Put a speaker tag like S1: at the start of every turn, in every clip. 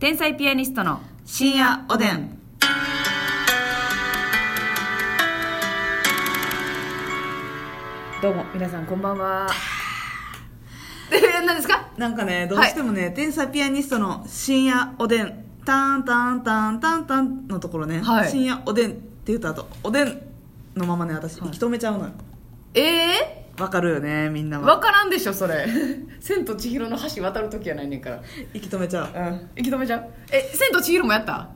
S1: 天才ピアニストの
S2: 深夜おでん。
S1: どうも皆さんこんばんは え何ですか
S2: なんかね、どうしてもね、天才ピアニストの深夜おでん、タンタンタンタンタンのところね、
S1: はい
S2: 深夜おでんって言った後、おでんのままね、私、
S1: はい
S2: 息止めちゃうのよ。
S1: え
S2: わかるよね、みんな
S1: ー、
S2: は
S1: 分。からんでしょそれ「 千と千尋の橋渡る時やないねんから」
S2: 息止めちゃう。
S1: うん息止めちゃうえ千と千尋もやった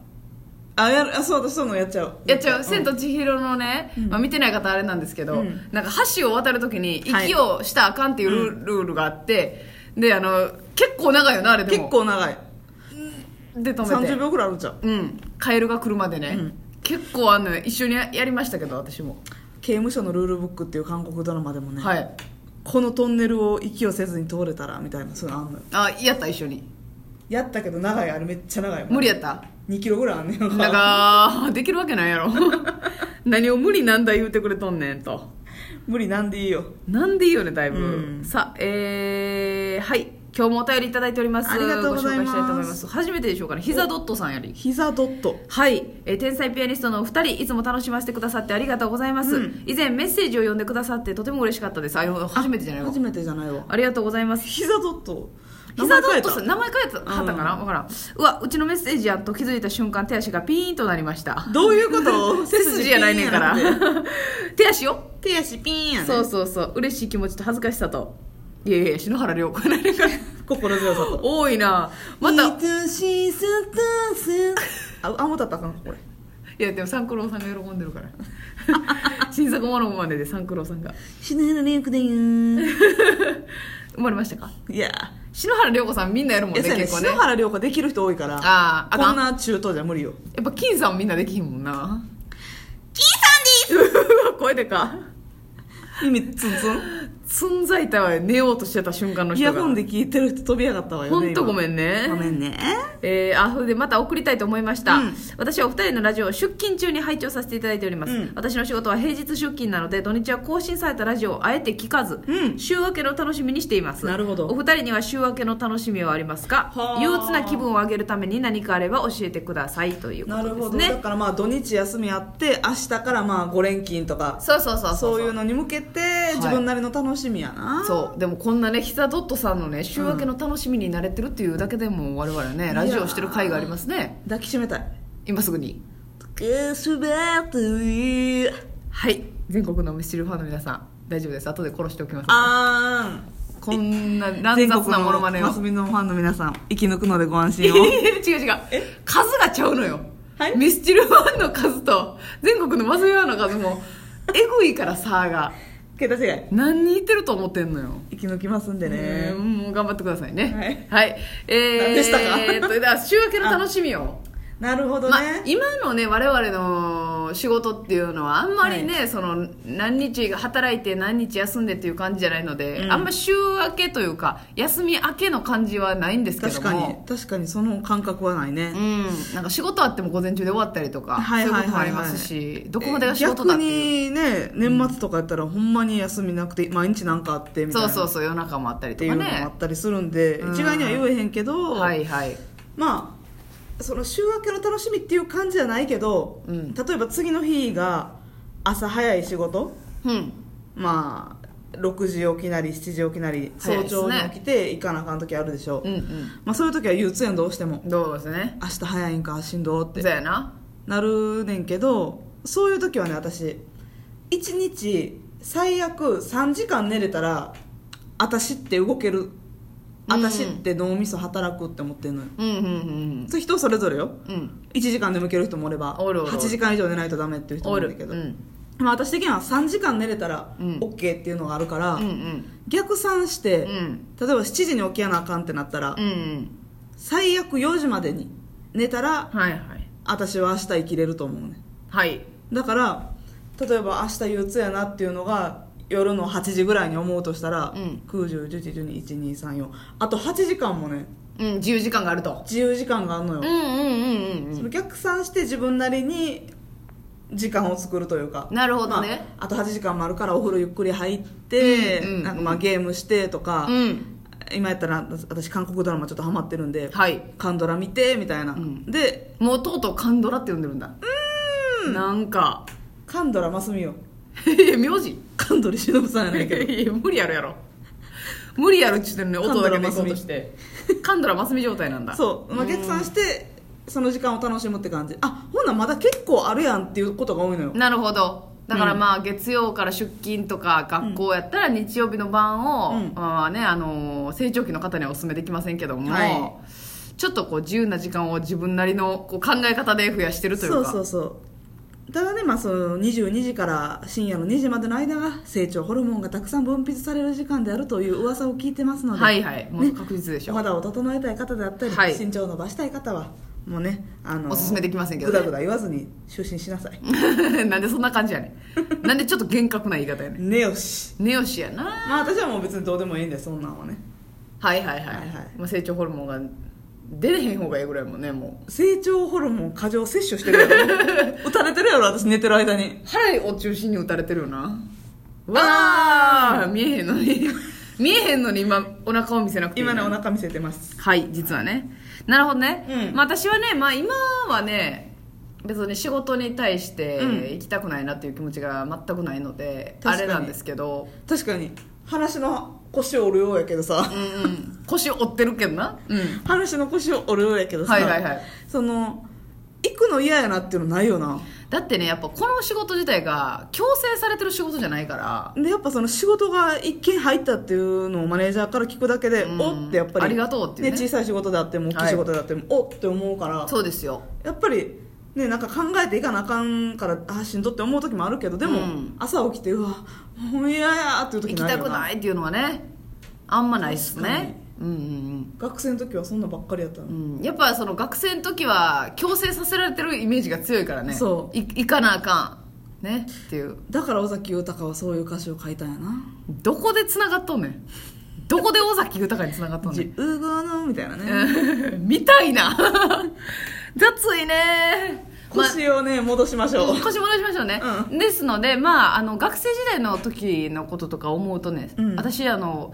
S2: あ、やる、あ、そうだ、そういうのやっちゃう。
S1: やっちゃう「
S2: ん
S1: 千と千尋」のね、まあ、見てない方あれなんですけど、
S2: うん
S1: なんか橋を渡る時に
S2: はい
S1: 息をしたらあかんっていうルールルールがあって、であの結構長いよなあれで
S2: 結
S1: も
S2: 構長い。
S1: 構で止めて
S2: 30秒くらいあるじゃん。
S1: うんカエルが来るまでね、
S2: うん
S1: 結構あの一緒にややりましたけど私も、
S2: 刑務所のルールブックっていう韓国ドラマでもね、
S1: はい
S2: このトンネルを息をせずに通れたら、みたいな、そういうのあんのよ。
S1: あやった一緒に
S2: やったけど長い、あれめっちゃ長いもん。
S1: 無理やった
S2: 2キロぐらいあんねんか
S1: なんかできるわけないやろ 何を無理なんだ言うてくれとんねんと
S2: 無理なんでいいよ
S1: なんでいいよねだいぶ、
S2: うん
S1: さあえー、はい今日もお便りいただいております
S2: ありがとうござい
S1: ご紹
S2: ます
S1: 介したいと思います初めてでしょうかねひざドットさんより
S2: 膝ドット
S1: はい、えー天才ピアニストのお二人いつも楽しませてくださってありがとうございます、
S2: うん
S1: 以前メッセージを読んでくださってとても嬉しかったですあ初めてじゃないわ
S2: 初めてじゃないわ
S1: ありがとうございます
S2: 膝ドット名
S1: 膝
S2: 前
S1: ド
S2: 変
S1: ッ
S2: えた
S1: トさん名前変えたはったかな、
S2: うん
S1: わからんうわうちのメッセージやんと気づいた瞬間手足がピーンとなりました
S2: どういうこ と
S1: 背筋じゃないねんから
S2: 背筋ピーンやなく
S1: 手足よ
S2: て手足ピーンやね
S1: そうそうそう嬉しい気持ちと恥ずかしさといやいや篠原涼 子やないねんから
S2: 心強さと
S1: 多いなまたい
S2: 愛しさとせああもたったらあかんこれ
S1: やでも三九郎さんが喜んでるから 新作ものまねで三九郎さんが
S2: 篠原涼子で言う
S1: 生まれましたか
S2: いや
S1: 篠原涼子さんみんなやるもん
S2: いや
S1: ね
S2: そうやね
S1: 結構ね
S2: 篠原涼子できる人多いから
S1: あーあか
S2: こ
S1: ん
S2: んな中東じゃ無理よ
S1: やっぱ金さんみんなできひんもんな
S2: キーさん で
S1: 声で か
S2: す意味ツンツン
S1: つんざいたわよ寝ようとしてた瞬間の
S2: イ
S1: 人が
S2: ヤホンで聞いてる人飛びやがったわよね
S1: ほんとごめんね
S2: 今ごめんね
S1: えー、あそれでまた送りたいと思いました、
S2: うん
S1: 私はお二人のラジオを出勤中に拝聴させていただいております、
S2: うん
S1: 私の仕事は平日出勤なので土日は更新されたラジオをあえて聞かず、
S2: うん
S1: 週明けの楽しみにしています
S2: なるほど
S1: お二人には週明けの楽しみはありますか
S2: はあ
S1: 憂鬱な気分を上げるために何かあれば教えてくださいというこ
S2: なる
S1: とで
S2: ほ
S1: す
S2: ど、だ
S1: ね
S2: からまあ土日休みあって明日からまあ5連勤とか
S1: そうそうそう
S2: そういう
S1: の
S2: のに向けて自分なりの楽しみやな、
S1: そうでもこんなねひざドットさんのね週明けの楽しみに慣れてるっていうだけでも我々ね、
S2: うん
S1: ラジオしてる回がありますね
S2: 抱きしめたい
S1: 今すぐにはい全国のミスチルファンの皆さん大丈夫です後で殺しておきます
S2: あ
S1: こんな
S2: ーん
S1: 乱雑なものまねを
S2: マスミのファンの皆さん生き抜くのでご安心を
S1: 違 う違う数がちゃうのよ、
S2: はい
S1: ミスチルファンの数と全国のマスミファンの数もえぐいから差が
S2: 桁違い
S1: 何人いてると思ってんのよ
S2: 生き抜きますんでね
S1: ね、もう頑張ってくださいねはい、えー、
S2: 何でしたか
S1: えーっとでは週明けの楽しみを
S2: なるほどね、
S1: まあ、今のね我々の仕事っていうのはあんまりね、その何日働いて何日休んでっていう感じじゃないので、
S2: うん
S1: あんま週明けというか休み明けの感じはないんですけども
S2: 確かに確かにその感覚はないね、
S1: うん、なんか仕事あっても午前中で終わったりとか、
S2: はいは
S1: そういうこ
S2: いはいはい
S1: ともありますしどこまでが仕事だっていう
S2: 逆にね年末とかやったらほんまに休みなくて毎日なんかあってみたい
S1: そ
S2: な
S1: うそうそう夜中もあったり
S2: っ
S1: と
S2: てい
S1: か
S2: うのもあ
S1: ね
S2: ったりするんで、
S1: うん
S2: 一概には言えへんけど、
S1: はいはい
S2: まあその週明けの楽しみっていう感じじゃないけど、
S1: うん
S2: 例えば次の日が朝早い仕事
S1: うん
S2: まあ6時起きなり7時起きなり
S1: 早い
S2: 早
S1: ですね
S2: 朝に起きて行かなあかん時あるでしょ
S1: うんうん
S2: まあ、そういう時は憂鬱やんどうしても
S1: どうですね
S2: 明日早いんかしんどっ
S1: そ
S2: て
S1: うやな
S2: なるねんけどそういう時はね私1日最悪3時間寝れたら私って動ける私って脳みそ働くって思ってんのよ、
S1: うんうんうん
S2: それ人それぞれよ
S1: うんうん
S2: 1時間で向ける人もおれば
S1: おるおる
S2: 8時間以上寝ないとダメっていう人も
S1: お
S2: いる
S1: る
S2: んだけ
S1: う
S2: ど、
S1: ん
S2: まあ、私的には3時間寝れたら
S1: うん
S2: OK っていうのがあるから、
S1: うんうん
S2: 逆算し
S1: う
S2: て、
S1: ん
S2: 例えば7時に起きやなあかんってなったら、
S1: うんうん
S2: 最悪4時までに寝たら
S1: はいはい
S2: 私は明日生きれると思うね
S1: はい
S2: だから例えば明日憂鬱やなっていうのが夜の8時ぐらいに思うとしたら、
S1: うん
S2: 9、10、11、12、1、2、3、4あと8時間もね
S1: うん自由時間があると
S2: 自由時間があるのよ
S1: うん、うんうんう
S2: そ
S1: ん
S2: の逆算して自分なりに時間を作るというか
S1: なるほどね
S2: まあ、あと8時間もあるからお風呂ゆっくり入って、
S1: うんうん
S2: なんかまあゲームしてとか、
S1: うん
S2: 今やったら私韓国ドラマちょっとハマってるんで、
S1: はい
S2: カンドラ見てみたいな、
S1: ん
S2: で
S1: もうとうとうカンドラって呼んでるんだうんなんか
S2: カンドラマスミよ
S1: いや名字
S2: カンドリ忍さんやないけ ど
S1: いや無理やるやろ無理やるっちゅってんのに音だけでいこうとしてカンドラマスミ状態なんだ
S2: そう、まあ、逆算してその時間を楽しむって感じあほんならまだ結構あるやんっていうことが多いのよ
S1: なるほどだからまあ月曜から出勤とか学校やったら日曜日の晩を、
S2: うん
S1: まあねあのー成長期の方にはお勧めできませんけども、
S2: はい
S1: ちょっとこう自由な時間を自分なりのこう考え方で増やしてるという
S2: そう
S1: か
S2: そうそうただね、まあ、その22時から深夜の2時までの間が成長ホルモンがたくさん分泌される時間であるという噂を聞いてますので、
S1: はいはいもう確実でし
S2: お
S1: ょ、
S2: 肌を整えたい方であったり、
S1: はい
S2: 身長を伸ばしたい方はもうねあの
S1: おすすめできませんけど
S2: ぐ
S1: ね
S2: だぐだ言わずに就寝しなさい
S1: なんでそんな感じやねんなんでちょっと厳格な言い方やねん
S2: 寝よし
S1: ネオシやな
S2: まあ私はもう別にどうでもいいんだよそんなんはね
S1: はいはいはい、
S2: はいはい
S1: まあ、成長ホルモンが出れへん方がいいぐらいもんねも
S2: 成長ホルモン過剰摂取してるやろ 打たれてるやろ私寝てる間に
S1: う腹を中心に打たれてるよなわあ見えへんの に見えへんのに今お腹を見せなくていい
S2: 今
S1: な
S2: ねお腹見せてます
S1: はい実はねなるほどね、
S2: うん
S1: まあ、私はね、まあ、今はね別に仕事に対して
S2: うん
S1: 行きたくないなっていう気持ちが全くないので、あ
S2: 確か
S1: れ
S2: に
S1: なんですけど
S2: 確かに話の腰折るようやけどさ
S1: うんうん腰折ってるけどなうん
S2: 話の腰を折るようやけどさ、
S1: はいはいはい
S2: その行くの嫌やなっていうのないよな
S1: だってねやっぱこの仕事自体が強制されてる仕事じゃないから
S2: でやっぱその仕事が一件入ったっていうのをマネージャーから聞くだけで、
S1: うん
S2: おってやっぱり
S1: ありがとうっていうね
S2: 小さい仕事であっても大きい仕事であっても、おって思うから
S1: そうですよ
S2: やっぱりねなんか考えていかなあかんからあしんどって思う時もあるけどでも、
S1: うん
S2: 朝起きてうわもう嫌やっていう
S1: 行
S2: 時
S1: き
S2: ない
S1: た
S2: よ
S1: く
S2: な
S1: ないっていうのはねあんまないっすねうんうん
S2: 学生の時はそんなばっかりやったの、
S1: うん、うん、やっぱその学生の時は強制させられてるイメージが強いからね
S2: そう
S1: い行かなあかんねっていう
S2: だから尾崎豊はそういう歌詞を書いたんやな
S1: どこでつながっとんねんどこで尾崎豊につながっとんねん
S2: 自分のみたいなね、
S1: うん みたいな雑いねまあ
S2: 腰をね戻しましょ
S1: 腰
S2: う、
S1: 戻しましょうね、
S2: う
S1: ですので、まあ、あの学生時代の時のこととか思うとね、
S2: うん
S1: 私あの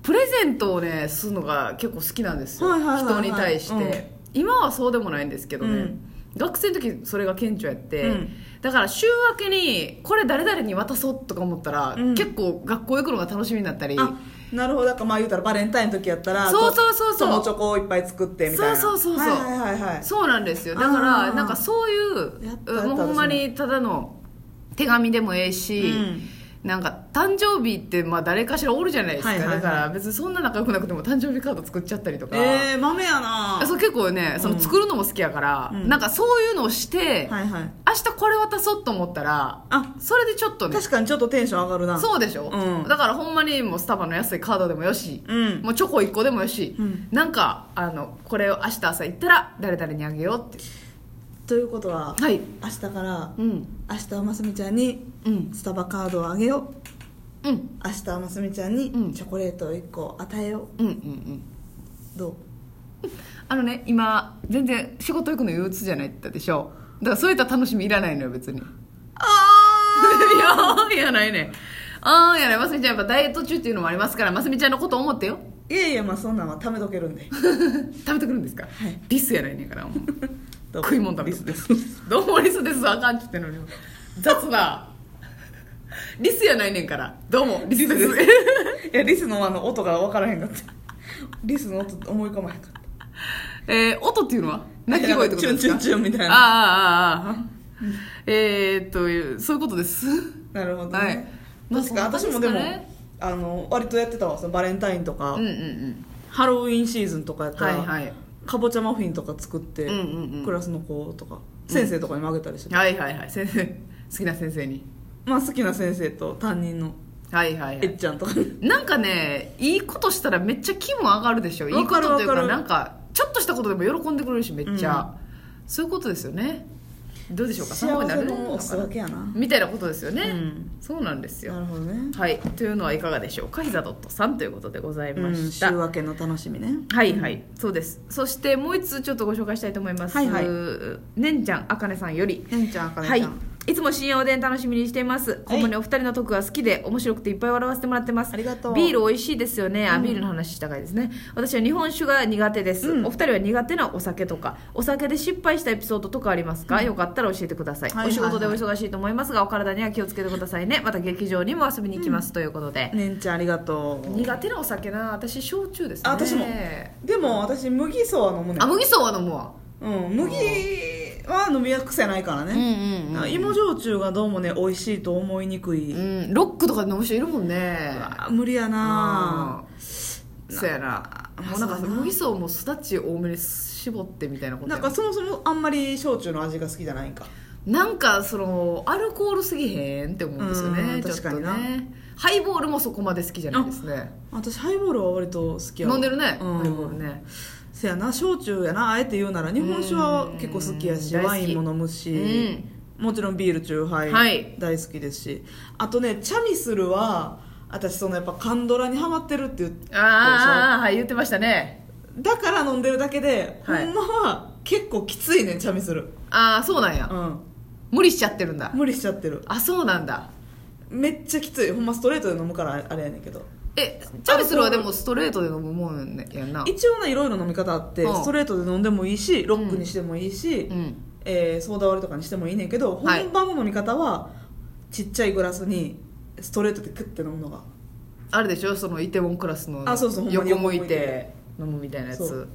S1: プレゼントをねするのが結構好きなんですよ、
S2: はいはいはいはい
S1: 人に対して、
S2: うん
S1: 今はそうでもないんですけどね、
S2: うん
S1: 学生の時それが顕著やって、
S2: うん
S1: だから週明けにこれ誰々に渡そうとか思ったら、
S2: うん
S1: 結構学校行くのが楽しみになったり
S2: あなるほどだからまあ言うたらバレンタインの時やったら
S1: そうそうそうそう
S2: と友チョコをいっぱい作ってみたいな
S1: そうそうそうそう
S2: はいはいはいはい
S1: そうなんですよだか
S2: あ
S1: ら
S2: ー
S1: なんかそうい
S2: やったや
S1: う
S2: った
S1: もうほんまにただの手紙でもええし、なんか誕生日ってまあ誰かしらおるじゃないですか、
S2: はいはいはい
S1: だから別にそんな仲良くなくても誕生日カード作っちゃったりとか、
S2: えー、豆やな
S1: そう結構ねその作るのも好きやから、
S2: うん
S1: なんかそういうのをして、
S2: はいはい
S1: 明日これ渡そうと思ったら
S2: あ
S1: それでちょっとね
S2: 確かにちょっとテンション上がるなう
S1: そうでしょ、
S2: うん
S1: だからほんまにもうスタバの安いカードでもよし、
S2: うん
S1: もうチョコ1個でもよし、
S2: うん
S1: なんかあのこれを明日朝行ったら誰々にあげようって
S2: ということは
S1: はい
S2: 明日から
S1: うん
S2: 明日はますみちゃんに
S1: うん
S2: スタバカードをあげよう
S1: うん
S2: 明日はますみちゃんに
S1: うん
S2: チョコレートを1個与えよ
S1: うんうんうん
S2: うどう
S1: あのね今全然仕事行くの憂鬱じゃないって言ったでしょだからそういった楽しみいらないのよ別にいや
S2: あ
S1: ー いやないねああやないますみちゃんやっぱダイエット中っていうのもありますからますみちゃんのこと思ってよ
S2: いやいやまあそんなんはためとけるんで
S1: 食べてくるんですか、
S2: い
S1: ビスやないねんからもう
S2: どう
S1: 食い物食べ
S2: リ
S1: て
S2: ス
S1: く
S2: で
S1: る
S2: す
S1: どうもリスですあかんって言ってんのに雑なリスやないねんからどうもリスです
S2: いやリスのあの音が分からへんかったリスの音思い浮かばへんかった
S1: えー、音っていうのは鳴き声ってことです
S2: チュ
S1: か
S2: ンチュンチュンみたいな
S1: ああああああえー、っとそういうことです
S2: なるほど、ね
S1: はいまあそ
S2: 確か
S1: んな感じ
S2: 私もでも
S1: ですかね
S2: あの割とやってたわそのバレンタインとか、
S1: うんうんうん
S2: ハロウィンシーズンとかやった
S1: は
S2: ら、
S1: いはい
S2: かぼちゃマフィンとか作って、
S1: うんうんうん
S2: クラスの子とか先生とかにもあげたりしてた、
S1: はいはいはい先生好きな先生に
S2: まあ、好きな先生と担任の
S1: はいはいは
S2: えっ
S1: い
S2: ちゃんとかに
S1: なんかねいいことしたらめっちゃ気分上がるでしょいい
S2: わ
S1: こ
S2: かる
S1: とというか
S2: わかる
S1: なんかちょっとしたことでも喜んでくれるしめっちゃ、そういうことですよねどうでしょうか参考に
S2: 幸
S1: な
S2: せ
S1: る
S2: のおす
S1: の
S2: 分
S1: か
S2: けやな
S1: なみたいなことですよね、
S2: うん
S1: そうなんですよ
S2: なるほどね、
S1: はいというのはいかがでしょうかひざドットさんということでございま
S2: うん、
S1: し
S2: 週
S1: た、
S2: 明けの楽しみね
S1: はいはい、そうですそしてもう一つちょっとご紹介したいと思います
S2: はいはい
S1: ねんちゃんあかねさんより
S2: えんちゃんあかね
S1: は
S2: ち
S1: い
S2: ゃん、、
S1: いつも深夜おでん楽しみにしています
S2: はい
S1: 本当にお二人のトークが好きで面白くていっぱい笑わせてもらってます
S2: ありがとう
S1: ビール美味しいですよねあビールの話したいですね、私は日本酒が苦手です、
S2: うん
S1: お二人は苦手なお酒とかお酒で失敗したエピソードとかありますか、よかったら教えてください,、
S2: はいはいはい
S1: お仕事でお忙しいと思いますがお体には気をつけてくださいねまた劇場にも遊びに行きます、ということで、
S2: ねんちゃんありがとう
S1: 苦手なお酒な私焼酎ですね
S2: あ私もでも私麦草は飲むねん
S1: あ麦草は飲むわ
S2: うん、麦は飲みやくせないからね、
S1: ん
S2: あ芋焼酎がどうもね美味しいと思いにくい、
S1: うん、ロックとかで飲む人いるもんね
S2: あ無理やな
S1: うんそうやなもうなんか
S2: そうやな
S1: 麦草もすだち多めに絞ってみたいなことや
S2: なんかそもそもあんまり焼酎の味が好きじゃないんか
S1: なんかそのアルコールすぎへんって思うんですよ
S2: う
S1: ね
S2: ん
S1: ちょっと
S2: 確かに
S1: ねハイボールもそこまで好きじゃないですね
S2: 私ハイボールは割と好きやわ
S1: 飲んでるね、
S2: うん
S1: ハイボールね
S2: せやな焼酎やなあえて言うなら日本酒は結構好きやし
S1: うん
S2: ワインも飲むし、もちろんビールチューハイ、
S1: はい
S2: 大好きですしあとねチャミスルは私そのやっぱカンドラにハマってるっていう
S1: ああはい言ってましたね
S2: だから飲んでるだけで、
S1: はい
S2: ほんまは結構きついねんチャミスル
S1: ああそうなんや、
S2: うん
S1: 無理しちゃってるんだ
S2: 無理しちゃってる
S1: あそうなんだ
S2: めっちゃきついほんまストレートで飲むからあれやねんけど
S1: えチャミスルはでもストレートで飲むもんやんな
S2: 一応ねいろいろ飲み方あって
S1: うん
S2: ストレートで飲んでもいいしロックにしてもいいし、
S1: うん
S2: えーソーダ割りとかにしてもいいねんけど、
S1: はい
S2: 本場の飲み方はちっちゃいグラスにストレートでクッて飲むのが
S1: あれでしょそのイテウォンクラスの
S2: あそうそうほんま
S1: 横
S2: に横
S1: 向
S2: 向
S1: い
S2: いて
S1: て飲むみたいなや
S2: そ
S1: つ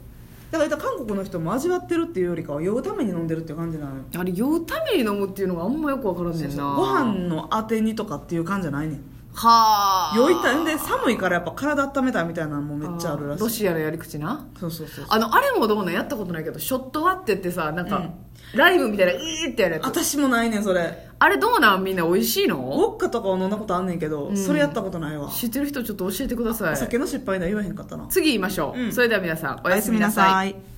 S2: だから韓国の人も味わってるっていうよりかは酔うために飲んでるっていう感じなのよ
S1: あれ酔うために飲むっていうのがあんまよくわからんねんな
S2: ご飯のあてにとかっていう感じじゃないねん
S1: はあ
S2: 酔いたいんで寒いからやっぱ体温めたいみたいなのもめっちゃあるらし
S1: ロ
S2: い
S1: シアのやり口な
S2: そうそうそう
S1: あのあれもどうなんやったことないけどショット割ってってさなんか、
S2: うん
S1: ライブみたいなイーってやるやつ
S2: 私もないねんそれ
S1: あれどうなんみんな美味しい
S2: ウ
S1: の
S2: ォッカとかを飲んだことあんねんけど、
S1: うん
S2: それやったことないわ
S1: 知ってる人ちょっと教えてくださ
S2: お
S1: い
S2: 酒の失敗では言わへんかったな
S1: 次言いましょう、
S2: うん
S1: それでは皆さんおやすみな
S2: おや
S1: さい
S2: すみなさい